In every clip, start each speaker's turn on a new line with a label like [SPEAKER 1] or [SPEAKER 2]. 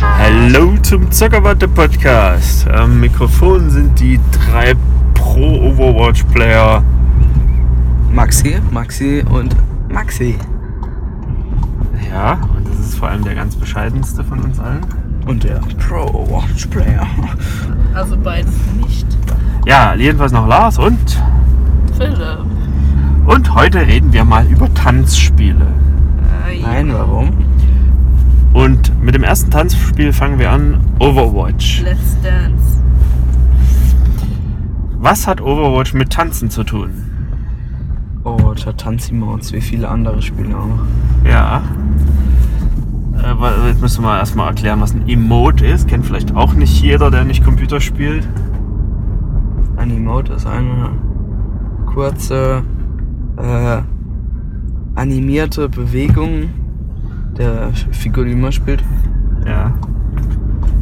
[SPEAKER 1] Hallo zum Zuckerwatte Podcast. Am Mikrofon sind die drei Pro Overwatch Player.
[SPEAKER 2] Maxi, Maxi und Maxi.
[SPEAKER 1] Ja, und das ist vor allem der ganz bescheidenste von uns allen.
[SPEAKER 2] Und der Pro Watch Player.
[SPEAKER 3] Also beides nicht.
[SPEAKER 1] Ja, jedenfalls noch Lars und
[SPEAKER 3] Philipp.
[SPEAKER 1] und heute reden wir mal über Tanzspiele.
[SPEAKER 3] Ei.
[SPEAKER 2] Nein, warum?
[SPEAKER 1] Und mit dem ersten Tanzspiel fangen wir an, Overwatch.
[SPEAKER 3] Äh, Let's Dance.
[SPEAKER 1] Was hat Overwatch mit Tanzen zu tun?
[SPEAKER 2] Overwatch hat Tanzimodes wie viele andere Spiele auch.
[SPEAKER 1] Ja. Äh, wa- Jetzt müssen wir erstmal erklären, was ein Emote ist. Kennt vielleicht auch nicht jeder, der nicht Computer spielt.
[SPEAKER 2] Ein Emote ist eine kurze äh, animierte Bewegung der Figur, die man spielt.
[SPEAKER 1] Ja.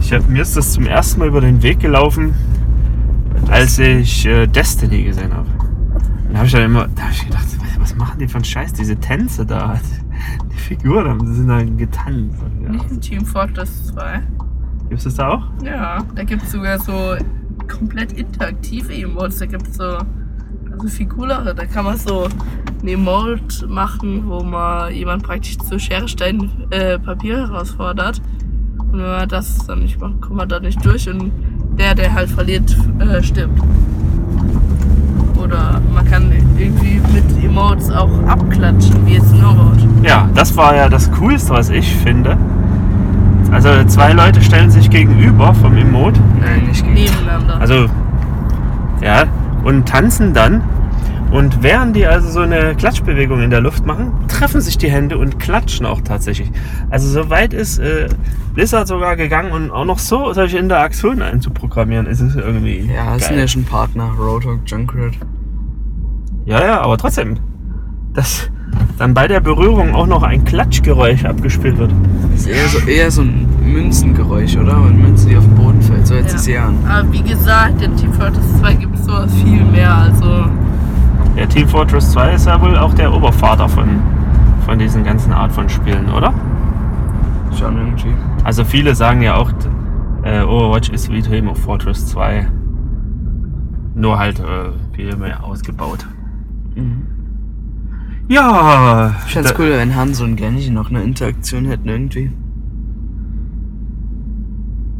[SPEAKER 1] Ich hab, mir ist das zum ersten Mal über den Weg gelaufen, als ich äh, Destiny gesehen habe. Da habe ich dann immer da hab ich gedacht, was- was machen die für einen Scheiß, diese Tänze da? Die Figuren haben- sind dann getanzt. Und Ja.
[SPEAKER 3] Nicht in Team Fortress 2.
[SPEAKER 1] Gibt es das da auch?
[SPEAKER 3] Ja, da gibt es sogar so komplett interaktive Emotes. Da gibt es so also Figurare. Da kann man so ein Emote machen, wo man jemand praktisch zu Schere, Stein, äh, Papier herausfordert. Und wenn man das dann nicht macht, kommt man da nicht durch und der, der halt verliert, äh, stirbt. Oder man kann irgendwie mit Emotes auch abklatschen, wie jetzt ein Overwatch.
[SPEAKER 1] Ja, das war ja das Coolste, was ich finde. Also zwei Leute stellen sich gegenüber vom Emote.
[SPEAKER 2] Nein, nicht gegen.
[SPEAKER 3] Nebeneinander.
[SPEAKER 1] Also, ja, und tanzen dann. Und während die also so eine Klatschbewegung in der Luft machen, treffen sich die Hände und klatschen auch tatsächlich. Also soweit ist äh, Blizzard sogar gegangen und auch noch so solche Interaktionen einzuprogrammieren, ist es irgendwie.
[SPEAKER 2] Ja, ist
[SPEAKER 1] geil.
[SPEAKER 2] ein schon Partner, Roadhog Junkrat.
[SPEAKER 1] Ja, ja, aber trotzdem, dass dann bei der Berührung auch noch ein Klatschgeräusch abgespielt wird.
[SPEAKER 2] Ist eher so, eher so ein Münzengeräusch, oder? Wenn Münze, die auf den Boden fällt, so hört sie
[SPEAKER 3] Ja.
[SPEAKER 2] sich an.
[SPEAKER 3] Aber wie gesagt, in Team Fortress 2 gibt es sowas viel mehr. Also
[SPEAKER 1] Der Team Fortress 2 ist ja wohl auch der Obervater von, von diesen ganzen Art von Spielen, oder?
[SPEAKER 2] Schon irgendwie.
[SPEAKER 1] Also viele sagen ja auch, äh, Overwatch ist wie Team of Fortress 2. Nur halt äh, viel mehr ausgebaut.
[SPEAKER 2] Mhm.
[SPEAKER 1] Ja.
[SPEAKER 2] Ich fände
[SPEAKER 1] da-
[SPEAKER 2] cool, wenn Hanzo und Genji noch eine Interaktion hätten irgendwie.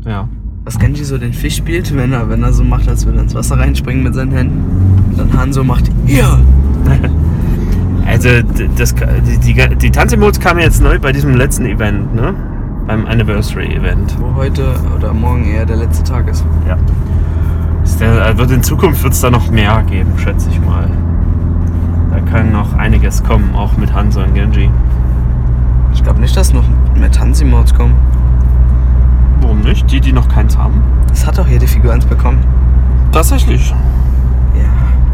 [SPEAKER 1] Ja.
[SPEAKER 2] Was Genji so den Fisch spielt, wenn er, wenn er so macht, als würde er ins Wasser reinspringen mit seinen Händen. Und dann Hanzo macht hier.
[SPEAKER 1] Also d- das, die, die, die Tanzemodes kamen jetzt neu bei diesem letzten Event, ne? Beim Anniversary Event.
[SPEAKER 2] Wo heute oder morgen eher der letzte Tag ist.
[SPEAKER 1] Ja. Ist der, äh, wird in Zukunft wird es da noch mehr geben, schätze ich mal. Da kann noch einiges kommen, auch mit Hanzo und Genji.
[SPEAKER 2] Ich glaube nicht, dass noch mehr Tanzi-Modes kommen.
[SPEAKER 1] Warum nicht? Die, die noch keins haben?
[SPEAKER 2] Das hat doch jede Figur eins bekommen.
[SPEAKER 1] Tatsächlich.
[SPEAKER 2] Ja.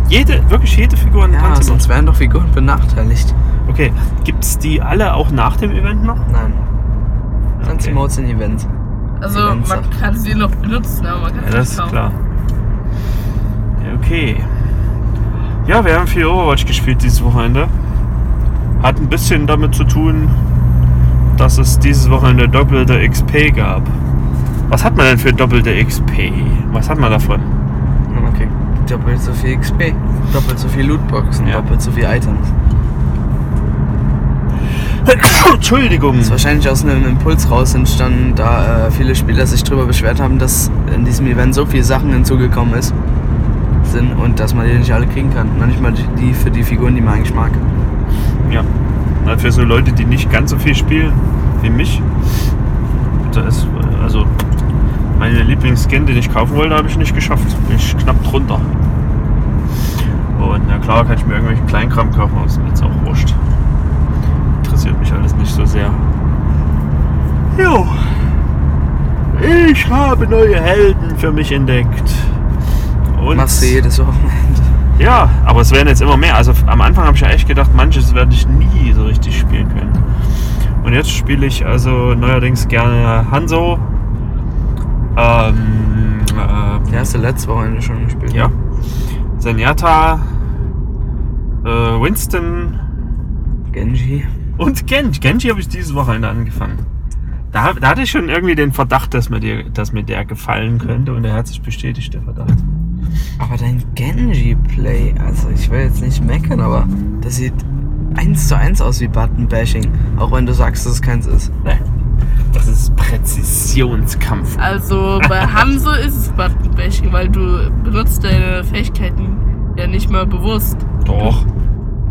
[SPEAKER 1] Jede, wirklich jede Figur an
[SPEAKER 2] Ja, also-
[SPEAKER 1] Tanzemod.
[SPEAKER 2] sonst wären doch Figuren benachteiligt.
[SPEAKER 1] Okay, gibt's die alle auch nach dem Event noch?
[SPEAKER 2] Nein. Tanzi-Modes sind Events.
[SPEAKER 3] Also
[SPEAKER 2] Events
[SPEAKER 3] man
[SPEAKER 2] sagt-
[SPEAKER 3] kann sie noch benutzen, aber man kann
[SPEAKER 1] Ja,
[SPEAKER 3] sie
[SPEAKER 1] das
[SPEAKER 3] nicht
[SPEAKER 1] ist
[SPEAKER 3] kaufen.
[SPEAKER 1] klar. Ja, okay. Ja, wir haben viel Overwatch gespielt dieses Wochenende. Hat ein bisschen damit zu tun, dass es dieses Wochenende doppelte XP gab. Was hat man denn für doppelte XP? Was hat man davon?
[SPEAKER 2] Ja, Man kriegt doppelt so viel XP, doppelt so viel Lootboxen,
[SPEAKER 1] Ja.
[SPEAKER 2] doppelt so viel Items.
[SPEAKER 1] Entschuldigung.
[SPEAKER 2] Das ist wahrscheinlich aus einem Impuls raus entstanden, da äh, viele Spieler sich darüber beschwert haben, dass in diesem Event so viele Sachen hinzugekommen ist, sind und dass man die nicht alle kriegen kann. Noch nicht mal die- die für die Figuren, die man eigentlich mag.
[SPEAKER 1] Ja. Na, für so Leute, die nicht ganz so viel spielen wie mich. Da ist, äh, also meine Lieblingsskin, den ich kaufen wollte, habe ich nicht geschafft. Bin ich knapp drunter. Und na klar kann ich mir irgendwelchen Kleinkram kaufen, aber ist mir jetzt auch wurscht. Interessiert mich alles nicht so sehr. Jo. Ich habe neue Helden für mich entdeckt. Und
[SPEAKER 2] Machst du jedes Wochenende.
[SPEAKER 1] ja, aber es werden jetzt immer mehr. Also am Anfang habe ich ja echt gedacht, manches werde ich nie so richtig spielen können. Und jetzt spiele ich also neuerdings gerne Hanzo. Ähm,
[SPEAKER 2] Ja, hast du letzte Wochenende schon gespielt. ne?
[SPEAKER 1] äh, ja. Zenyatta, äh, Winston
[SPEAKER 2] Genji.
[SPEAKER 1] und Genji. Genji habe ich dieses Wochenende angefangen. Da, da hatte ich schon irgendwie den Verdacht, dass mir, dir, dass mir der gefallen könnte und er hat sich bestätigt, der Verdacht.
[SPEAKER 2] Aber dein Genji-Play, also ich will jetzt nicht meckern, aber das sieht eins zu eins aus wie Button-Bashing. Auch wenn du sagst, dass es keins ist.
[SPEAKER 1] Nee. Das ist Präzisionskampf.
[SPEAKER 3] Also bei Hamso ist es Buttonbashing, weil du benutzt deine Fähigkeiten ja nicht mal bewusst.
[SPEAKER 1] Doch.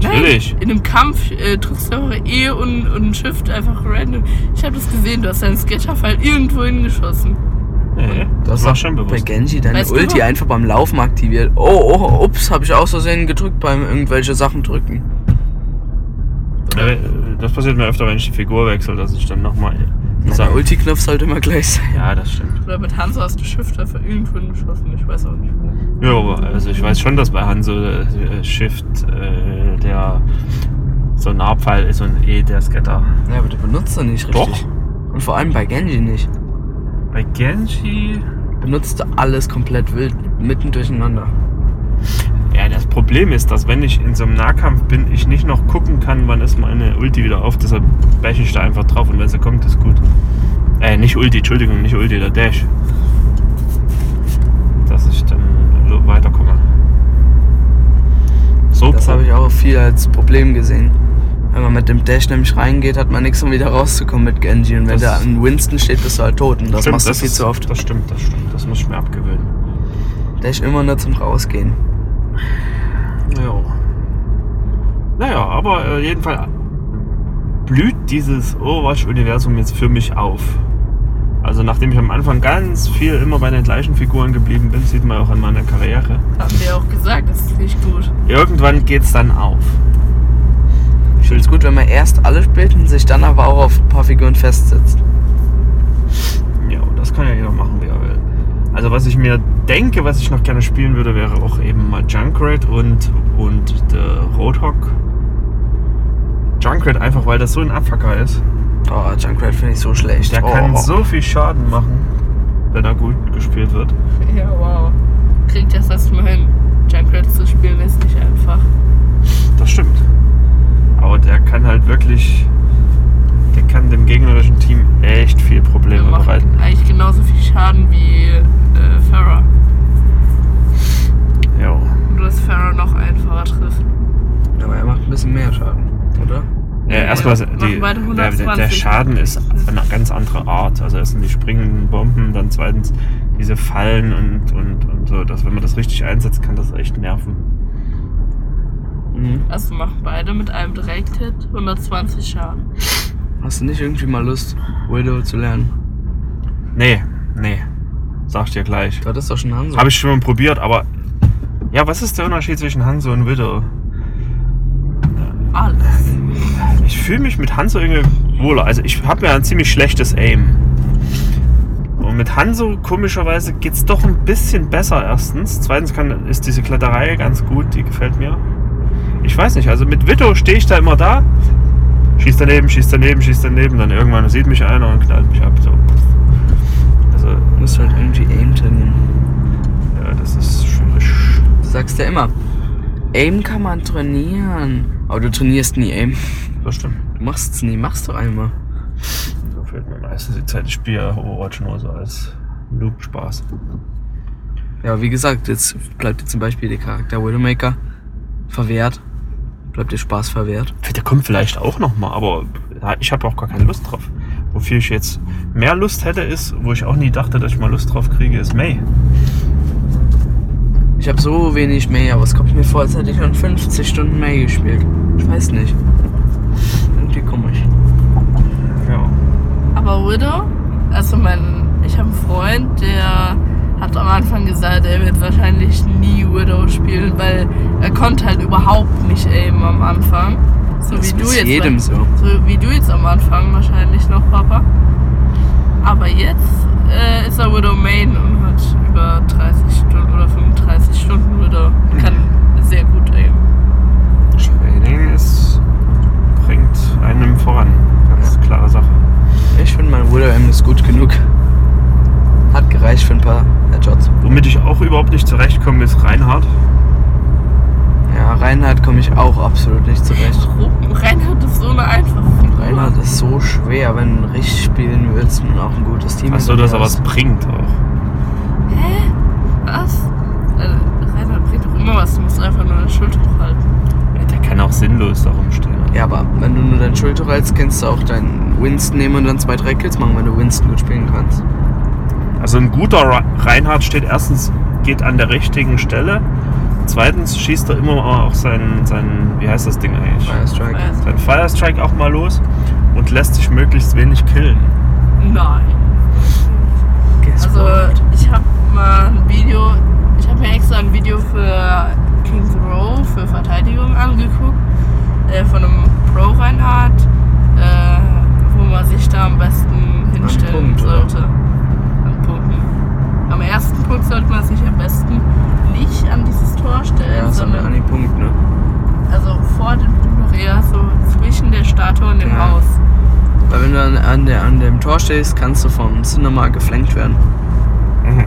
[SPEAKER 1] Natürlich.
[SPEAKER 3] Nein, in einem Kampf äh, drückst du einfach E und, und Shift einfach random. Ich habe das gesehen, du hast deinen Sketchup halt irgendwo hingeschossen.
[SPEAKER 1] Nee, das
[SPEAKER 2] hast
[SPEAKER 1] war
[SPEAKER 2] doch
[SPEAKER 1] schon
[SPEAKER 2] Bei
[SPEAKER 1] bewusst.
[SPEAKER 2] Genji deine
[SPEAKER 3] Weißt du
[SPEAKER 2] Ulti
[SPEAKER 3] noch?
[SPEAKER 2] einfach beim Laufen aktiviert. Oh, oh, ups, habe ich aus Versehen gedrückt beim irgendwelche Sachen drücken.
[SPEAKER 1] Äh, Das passiert mir öfter, wenn ich die Figur wechsle, dass ich dann nochmal.
[SPEAKER 2] Mein Ulti-Knopf sollte immer gleich sein.
[SPEAKER 1] Ja, das stimmt.
[SPEAKER 3] Oder mit Hanzo hast du Shift einfach irgendwo hingeschossen. Ich weiß auch nicht wo.
[SPEAKER 1] Ja, aber also ich weiß schon, dass bei Hanso äh, Shift äh, der so ein Nahpfeil ist und eh der Scatter.
[SPEAKER 2] Ja, aber du benutzt doch nicht
[SPEAKER 1] Doch.
[SPEAKER 2] richtig. Und vor allem bei Genji nicht.
[SPEAKER 1] Bei Genji.
[SPEAKER 2] Benutzt du alles komplett wild, mitten durcheinander.
[SPEAKER 1] Ja, das Problem ist, dass wenn ich in so einem Nahkampf bin, ich nicht noch gucken kann, wann ist meine Ulti wieder auf. Deshalb bashe ich da einfach drauf und wenn sie kommt, ist gut. Äh, nicht Ulti, Entschuldigung, nicht Ulti, der Dash. Dass ich dann lo- weiterkomme. So,
[SPEAKER 2] Das habe ich auch viel als Problem gesehen. Wenn man mit dem Dash nämlich reingeht, hat man nichts, um wieder rauszukommen mit Genji. Und wenn
[SPEAKER 1] Das-
[SPEAKER 2] da ein Winston steht, bist du halt tot. Und das
[SPEAKER 1] Stimmt,
[SPEAKER 2] machst du viel
[SPEAKER 1] ist-
[SPEAKER 2] zu oft.
[SPEAKER 1] Das stimmt, das stimmt. Das muss ich mir abgewöhnen.
[SPEAKER 2] Dash immer nur zum Rausgehen.
[SPEAKER 1] Ja. Naja, aber äh, jedenfalls blüht dieses Overwatch-Universum jetzt für mich auf. Also nachdem ich am Anfang ganz viel immer bei den gleichen Figuren geblieben bin, sieht man auch an meiner Karriere.
[SPEAKER 3] Haben wir ja auch gesagt, das ist nicht gut.
[SPEAKER 1] Irgendwann geht's dann auf.
[SPEAKER 2] Ich finde es gut, wenn man erst alle spielt und sich dann aber auch auf ein paar Figuren festsetzt.
[SPEAKER 1] Ja, und das kann ja jeder machen, wie er will. Also was ich mir denke, was ich noch gerne spielen würde, wäre auch eben mal Junkrat und, und der Roadhog. Junkrat einfach, weil das so ein Abfucker ist.
[SPEAKER 2] Oh, Junkrat finde ich so schlecht.
[SPEAKER 1] Der
[SPEAKER 2] oh,
[SPEAKER 1] kann
[SPEAKER 2] oh.
[SPEAKER 1] so viel Schaden machen, wenn er gut gespielt wird.
[SPEAKER 3] Ja, wow. Kriegt das erst mal hin. Junkrat zu spielen ist nicht einfach.
[SPEAKER 1] Das stimmt. Aber der kann halt wirklich, der kann dem gegnerischen Team echt viel
[SPEAKER 3] Wir
[SPEAKER 1] Probleme
[SPEAKER 3] machen
[SPEAKER 1] bereiten.
[SPEAKER 3] eigentlich genauso viel Schaden wie äh, Farah.
[SPEAKER 1] Ja.
[SPEAKER 3] Nur dass Farah noch einfacher trifft.
[SPEAKER 2] Aber er macht ein bisschen mehr Schaden, oder?
[SPEAKER 1] Ja, erstmal,
[SPEAKER 3] Machen
[SPEAKER 1] die,
[SPEAKER 3] beide
[SPEAKER 1] der, der, der
[SPEAKER 3] 120.
[SPEAKER 1] Schaden ist eine ganz andere Art. Also erstens die springenden Bomben, dann zweitens diese Fallen und, und, und so. Dass, wenn man das richtig einsetzt, kann das echt nerven.
[SPEAKER 2] Mhm.
[SPEAKER 3] Also machen beide mit einem Direct-Hit 120 Schaden.
[SPEAKER 2] Hast du nicht irgendwie mal Lust, Widow zu lernen?
[SPEAKER 1] Nee, nee. Sag ich dir gleich.
[SPEAKER 2] Du hattest doch schon Hanzo.
[SPEAKER 1] Habe ich schon mal probiert, aber... Ja, was ist der Unterschied zwischen Hanzo und Widow?
[SPEAKER 3] Alles.
[SPEAKER 1] Ich fühle mich mit Hanzo irgendwie wohler. Also ich habe ja ein ziemlich schlechtes Aim. Und mit Hanzo komischerweise geht es doch ein bisschen besser erstens. Zweitens kann, ist diese Kletterei ganz gut, die gefällt mir. Ich weiß nicht, also mit Witto stehe ich da immer da, schieß daneben, schieß daneben, schieß daneben, dann irgendwann sieht mich einer und knallt mich ab. So. Also
[SPEAKER 2] Du musst halt irgendwie Aim trainieren.
[SPEAKER 1] ja, das ist schwierig.
[SPEAKER 2] Du sagst ja immer, Aim kann man trainieren. Aber du trainierst nie Aim.
[SPEAKER 1] Das stimmt.
[SPEAKER 2] Du machst es nie, machst du einmal.
[SPEAKER 1] Da fehlt mir meistens die Zeit. Ich spiele ja Overwatch nur so als Noob-Spaß.
[SPEAKER 2] Ja, wie gesagt, jetzt bleibt dir zum Beispiel der Charakter Widowmaker verwehrt. Bleibt dir Spaß verwehrt.
[SPEAKER 1] Der kommt vielleicht auch nochmal, aber ich habe auch gar keine Lust drauf. Wofür ich jetzt mehr Lust hätte, ist, wo ich auch nie dachte, dass ich mal Lust drauf kriege, ist May.
[SPEAKER 2] Ich habe so wenig May, aber es kommt mir vor, als hätte ich schon 50 Stunden May gespielt. Ich weiß nicht. Irgendwie komisch.
[SPEAKER 1] Ja.
[SPEAKER 3] Aber Widow, also mein, ich habe einen Freund, der hat am Anfang gesagt, er wird wahrscheinlich nie Widow spielen, weil er konnte halt überhaupt nicht aimen am Anfang. So
[SPEAKER 2] Das
[SPEAKER 3] wie du
[SPEAKER 2] ist
[SPEAKER 3] jetzt.
[SPEAKER 2] jedem so.
[SPEAKER 3] So wie du jetzt am Anfang wahrscheinlich noch, Papa. Aber jetzt äh, ist er Widow Main und hat über 30 Stunden oder 35 Stunden Widow. Kann sehr gut aimen.
[SPEAKER 1] Training ist, bringt einem voran. Ganz klare Sache.
[SPEAKER 2] Ich finde, mein Widow Aim ist gut genug. Hat gereicht für ein paar Headshots.
[SPEAKER 1] Womit ich auch überhaupt nicht zurechtkomme, ist Reinhard.
[SPEAKER 2] Ja, Reinhard komme ich auch absolut nicht zurecht.
[SPEAKER 3] Rum- Reinhard ist so eine einfache Figur.
[SPEAKER 2] Reinhard ist so schwer, wenn du richtig spielen willst und auch ein gutes Team
[SPEAKER 1] Achso, Also,
[SPEAKER 2] hinter
[SPEAKER 1] dass
[SPEAKER 2] dir
[SPEAKER 1] er was
[SPEAKER 2] hast.
[SPEAKER 1] bringt auch.
[SPEAKER 3] Hä? Was? Äh, Reinhard bringt doch immer was. Du musst einfach nur deine Schuld hochhalten.
[SPEAKER 1] Ja, der kann auch sinnlos da rumstehen.
[SPEAKER 2] Ja, aber wenn du nur dein Schulter reizt, kannst du auch deinen Winston nehmen und dann zwei, drei Kills machen, wenn du Winston gut spielen kannst.
[SPEAKER 1] Also ein guter Ra- Reinhard steht erstens, geht an der richtigen Stelle. Zweitens schießt er immer auch seinen, seinen wie heißt das Ding eigentlich?
[SPEAKER 2] Fire Strike.
[SPEAKER 3] Fire
[SPEAKER 1] Sein Firestrike auch mal los und lässt sich möglichst wenig killen.
[SPEAKER 3] Nein.
[SPEAKER 2] Guess
[SPEAKER 3] Also
[SPEAKER 2] what?
[SPEAKER 3] ich habe mal ein Video, ich habe mir extra ein Video für Kings Row für Verteidigung angeguckt äh, von einem Pro Reinhardt, äh, wo man sich da am besten hinstellen
[SPEAKER 2] Punkt, oder?
[SPEAKER 3] sollte. An Punkten. Am ersten Punkt sollte man sich am besten nicht an dieses Tor stellen,
[SPEAKER 2] Ja, so ein
[SPEAKER 3] sondern
[SPEAKER 2] Ani-Punkt, ne?
[SPEAKER 3] also vor dem Punkt noch eher so zwischen der Statue und dem
[SPEAKER 2] Ja.
[SPEAKER 3] Haus.
[SPEAKER 2] Weil wenn du an, an, der, an dem Tor stehst, kannst du vom Cinema geflankt werden.
[SPEAKER 1] Mhm.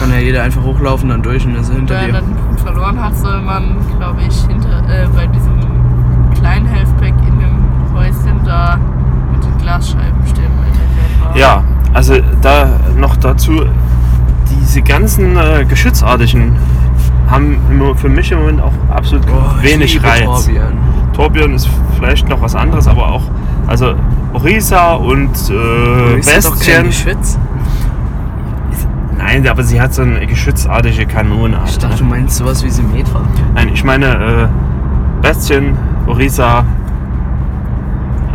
[SPEAKER 2] Kann ja jeder einfach hochlaufen, dann durch und dann ist er hinter
[SPEAKER 3] Wer
[SPEAKER 2] dir.
[SPEAKER 3] Äh, dann den Punkt verloren hat, soll man, glaube ich, hinter, äh, bei diesem kleinen Halfback in dem Häuschen da mit den Glasscheiben stehen. Weil der Wert war.
[SPEAKER 1] Ja, also da noch dazu, diese ganzen äh, Geschützartigen haben nur für mich im Moment auch absolut
[SPEAKER 2] Boah, Oh, ich
[SPEAKER 1] wenig
[SPEAKER 2] liebe
[SPEAKER 1] Reiz.
[SPEAKER 2] Torbjörn.
[SPEAKER 1] Torbjörn ist vielleicht noch was anderes, aber auch, also Orisa und äh,
[SPEAKER 2] Ist das doch
[SPEAKER 1] Bestien.
[SPEAKER 2] kein Geschütz?
[SPEAKER 1] Nein, aber sie hat so eine geschützartige Kanone.
[SPEAKER 2] Ich dachte, du meinst sowas wie Symmetra.
[SPEAKER 1] Nein, ich meine äh, Bestien, Orisa,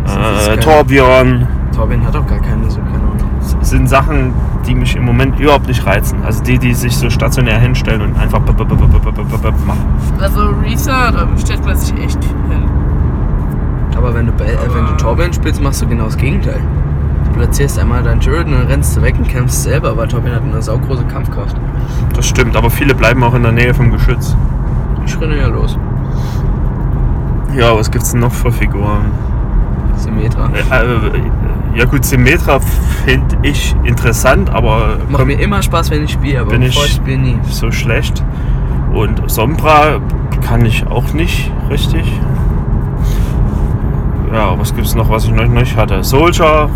[SPEAKER 2] Das ist
[SPEAKER 1] äh,
[SPEAKER 2] geil.
[SPEAKER 1] Torbjörn.
[SPEAKER 2] Torbjörn hat doch gar keine so Kanone.
[SPEAKER 1] sind Sachen, die mich im Moment überhaupt nicht reizen. Also die, die sich so stationär hinstellen und einfach bap, bap, bap, bap, bap, bap, bap machen.
[SPEAKER 3] Also Risa, da stellt man sich echt viel hin.
[SPEAKER 2] Aber wenn du, Be- äh, wenn du Torbjörn spielst, machst du genau das Gegenteil. Du platzierst einmal deinen Turret und dann rennst du weg und kämpfst selber, weil Torbjörn hat eine saugroße Kampfkraft.
[SPEAKER 1] Das stimmt, aber viele bleiben auch in der Nähe vom Geschütz.
[SPEAKER 2] Ich renne ja los.
[SPEAKER 1] Ja, was gibt's denn noch für Figuren?
[SPEAKER 2] Symmetra.
[SPEAKER 1] Äh, äh, ja gut, Symmetra finde ich interessant, aber
[SPEAKER 2] Macht mir immer Spaß, wenn ich spiele, aber
[SPEAKER 1] Bin
[SPEAKER 2] bevor
[SPEAKER 1] ich-
[SPEAKER 2] ich spiele, nie.
[SPEAKER 1] so schlecht. Und Sombra kann ich auch nicht richtig. Ja, was gibt's noch, was ich noch nicht hatte? Soldier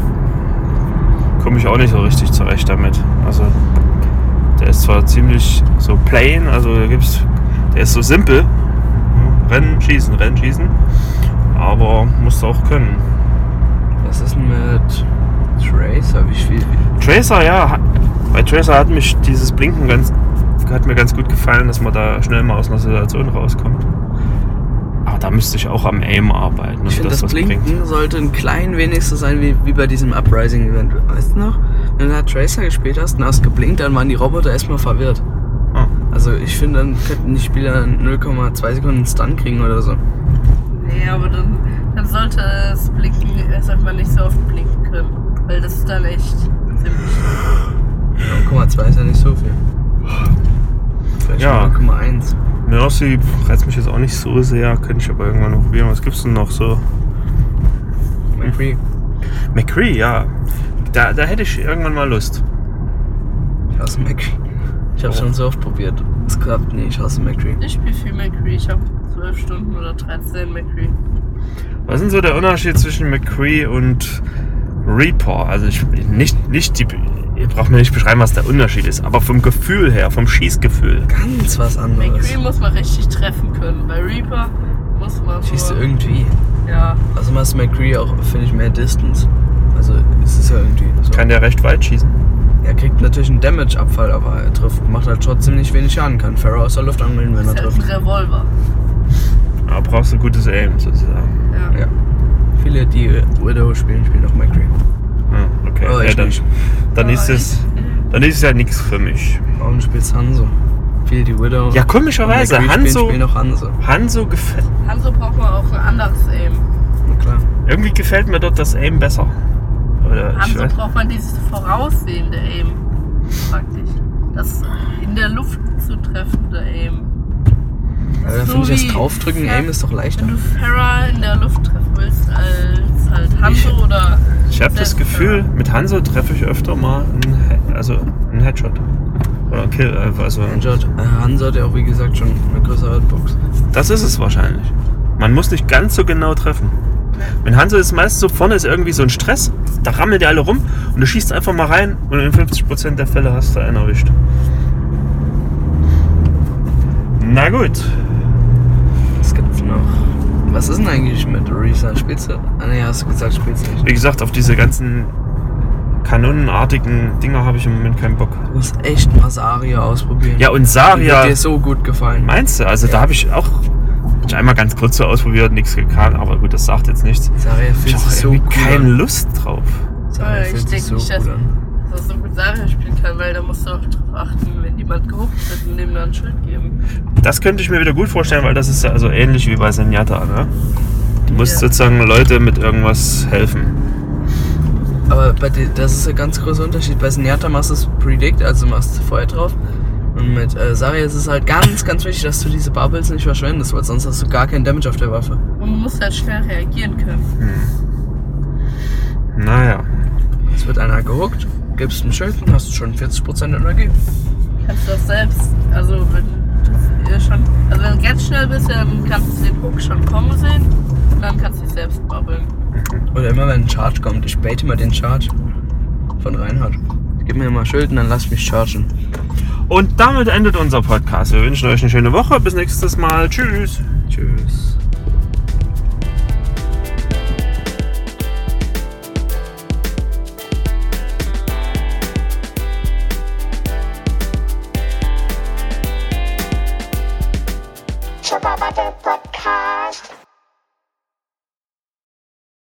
[SPEAKER 1] komme ich auch nicht so richtig zurecht damit. Also der ist zwar ziemlich so plain, also da gibt's, der ist so simpel. Rennen, schießen, rennen, schießen. Aber musst du auch können.
[SPEAKER 2] Was ist denn mit Tracer? Wie viel?
[SPEAKER 1] Tracer, ja. ha- Bei Tracer hat mich dieses Blinken ganz, hat mir ganz gut gefallen, dass man da schnell mal aus einer Situation rauskommt. Aber da müsste ich auch am Aim arbeiten. ob
[SPEAKER 2] Ich finde, das,
[SPEAKER 1] Also was
[SPEAKER 2] Blinken
[SPEAKER 1] bringt.
[SPEAKER 2] sollte ein klein wenig so sein wie, wie bei diesem Uprising-Event. Weißt du noch? Wenn du da Tracer gespielt hast und hast geblinkt, dann waren die Roboter erstmal verwirrt.
[SPEAKER 1] Ah.
[SPEAKER 2] Also ich finde, dann könnten die Spieler 0,2 Sekunden einen Stun kriegen oder so.
[SPEAKER 3] Nee, aber dann, dann sollte es blinken, äh, sollte man nicht so oft blinken können. Weil das ist dann echt ziemlich.
[SPEAKER 2] 0,2 ist ja nicht so viel. Vielleicht
[SPEAKER 1] Ja.
[SPEAKER 2] 0,1.
[SPEAKER 1] Mercy reizt mich jetzt auch nicht so sehr, könnte ich aber irgendwann noch probieren. Was gibt's denn noch so?
[SPEAKER 2] McCree.
[SPEAKER 1] McCree, ja. Da, da hätte ich irgendwann mal Lust.
[SPEAKER 2] Ich hasse McCree. Ich habe
[SPEAKER 1] Oh.
[SPEAKER 2] schon so oft probiert. Es klappt nicht. Ich hasse McCree.
[SPEAKER 3] Ich spiele viel McCree. Ich habe 12 Stunden oder 13 McCree.
[SPEAKER 1] Was ist denn so der Unterschied zwischen McCree und Reaper? Also ich nicht, nicht die. Ihr braucht mir nicht beschreiben, was der Unterschied ist, aber vom Gefühl her, vom Schießgefühl.
[SPEAKER 2] Ganz was anderes.
[SPEAKER 3] McCree muss man richtig treffen können. Bei Reaper muss man so.
[SPEAKER 2] Schießt du irgendwie.
[SPEAKER 3] ja.
[SPEAKER 2] Also machst McCree auch, finde ich, mehr Distance. Also es ist ja irgendwie so.
[SPEAKER 1] Kann der recht weit schießen?
[SPEAKER 2] er kriegt natürlich einen Damage-Abfall, aber er trifft, macht halt trotzdem nicht wenig Schaden. Kann Pharaoh aus der Luft angeln, wenn er
[SPEAKER 3] Ist halt ein
[SPEAKER 2] trifft.
[SPEAKER 3] Revolver.
[SPEAKER 1] Aber brauchst du gutes Aim sozusagen.
[SPEAKER 3] Ja.
[SPEAKER 2] Ja. Viele, die Widow spielen, spielen auch McCree.
[SPEAKER 1] Ja, Ah, okay.
[SPEAKER 2] Aber
[SPEAKER 1] ja,
[SPEAKER 2] Oh, ich
[SPEAKER 1] dann,
[SPEAKER 2] nicht. Oh,
[SPEAKER 1] dann ist
[SPEAKER 3] Aber
[SPEAKER 1] es dann ist es ja nichts für mich.
[SPEAKER 2] Warum spielst Hanzo? Viel die Widow.
[SPEAKER 1] Ja,
[SPEAKER 2] und
[SPEAKER 1] komischerweise
[SPEAKER 2] McCree
[SPEAKER 1] Hanzo
[SPEAKER 2] Spielen, spielen auch Hanzo.
[SPEAKER 1] Hanzo gefällt
[SPEAKER 3] Hanso braucht man auch ein anderes Aim.
[SPEAKER 2] Na klar.
[SPEAKER 1] irgendwie gefällt mir dort das Aim besser. Oder ich
[SPEAKER 3] Hanso
[SPEAKER 1] weiß,
[SPEAKER 3] braucht man dieses voraussehende Aim. Praktisch. Das in der Luft zu treffende Aim.
[SPEAKER 2] Aber da
[SPEAKER 3] So
[SPEAKER 2] finde ich
[SPEAKER 3] wie-
[SPEAKER 2] das Draufdrücken,
[SPEAKER 3] ja.
[SPEAKER 2] Aim ist doch leichter.
[SPEAKER 3] Wenn du Farah in der Luft treffen willst als halt Hanso
[SPEAKER 1] Ich-
[SPEAKER 3] oder.
[SPEAKER 1] ich habe das
[SPEAKER 3] selbst
[SPEAKER 1] Gefühl, mit Hanzo treffe ich öfter mal einen, He- also einen Headshot. Oder einen Kill, einfach, also
[SPEAKER 2] Hanzo hat, äh, Hanzo hat ja auch, wie gesagt, schon eine größere Hitbox.
[SPEAKER 1] Das ist es wahrscheinlich. Man muss nicht ganz so genau treffen. Wenn Hanse ist meist so vorne ist irgendwie so ein Stress, da rammeln die alle rum und du schießt einfach mal rein und in 50% der Fälle hast du einen erwischt. Na gut.
[SPEAKER 2] Was gibt's noch? Was ist denn eigentlich mit Reason? Spielst du? Ah, nee, hast du gesagt, spielst du nicht.
[SPEAKER 1] Wie gesagt, auf diese ganzen kanonenartigen Dinger habe ich im Moment keinen Bock.
[SPEAKER 2] Du musst echt mal Saria ausprobieren.
[SPEAKER 1] Ja, und
[SPEAKER 2] Die wird
[SPEAKER 1] Saria.
[SPEAKER 2] dir so gut gefallen.
[SPEAKER 1] Meinst du? Also da habe ich auch hab ich einmal ganz kurz so ausprobiert, nichts gekannt, aber gut, das sagt jetzt nichts.
[SPEAKER 2] Saria
[SPEAKER 1] Ich
[SPEAKER 2] fühlt
[SPEAKER 1] habe
[SPEAKER 2] sich so
[SPEAKER 1] irgendwie
[SPEAKER 2] gut
[SPEAKER 1] keine
[SPEAKER 2] an.
[SPEAKER 1] Lust drauf.
[SPEAKER 2] Saria
[SPEAKER 3] Ich
[SPEAKER 2] fühlt sich
[SPEAKER 3] denk
[SPEAKER 2] so
[SPEAKER 3] nicht, dass-
[SPEAKER 2] gut an.
[SPEAKER 3] dass er so gut Sache spielen kann, weil da musst du auch drauf achten, wenn jemand gehuckt wird und dem dann ein Schild geben.
[SPEAKER 1] Das könnte ich mir wieder gut vorstellen, weil das ist ja also ähnlich wie bei Senjata, ne? Du musst
[SPEAKER 3] Ja.
[SPEAKER 1] sozusagen Leute mit irgendwas helfen.
[SPEAKER 2] Aber bei dir, das ist ein ganz großer Unterschied. Bei Senyata machst du es Predict, also machst du Feuer drauf. Und mit äh, Saria ist es halt ganz, ganz wichtig, dass du diese Bubbles nicht verschwendest, weil sonst hast du gar keinen Damage auf der Waffe.
[SPEAKER 3] Und man muss halt schnell reagieren können.
[SPEAKER 1] Naja.
[SPEAKER 2] Es wird einer gehuckt, gibst ein Schild und hast schon 40% Energie.
[SPEAKER 3] Kannst du auch selbst, also wenn du das eh schon, also wenn du ganz schnell bist, dann kannst du den Hook schon kommen sehen und dann kannst du dich selbst babbeln.
[SPEAKER 2] Oder immer wenn ein Charge kommt, ich bait immer den Charge von Reinhard. Gib mir mal Schild und dann lass mich chargen.
[SPEAKER 1] Und damit endet unser Podcast. Wir wünschen euch eine schöne Woche. Bis nächstes Mal. Tschüss.
[SPEAKER 2] Tschüss.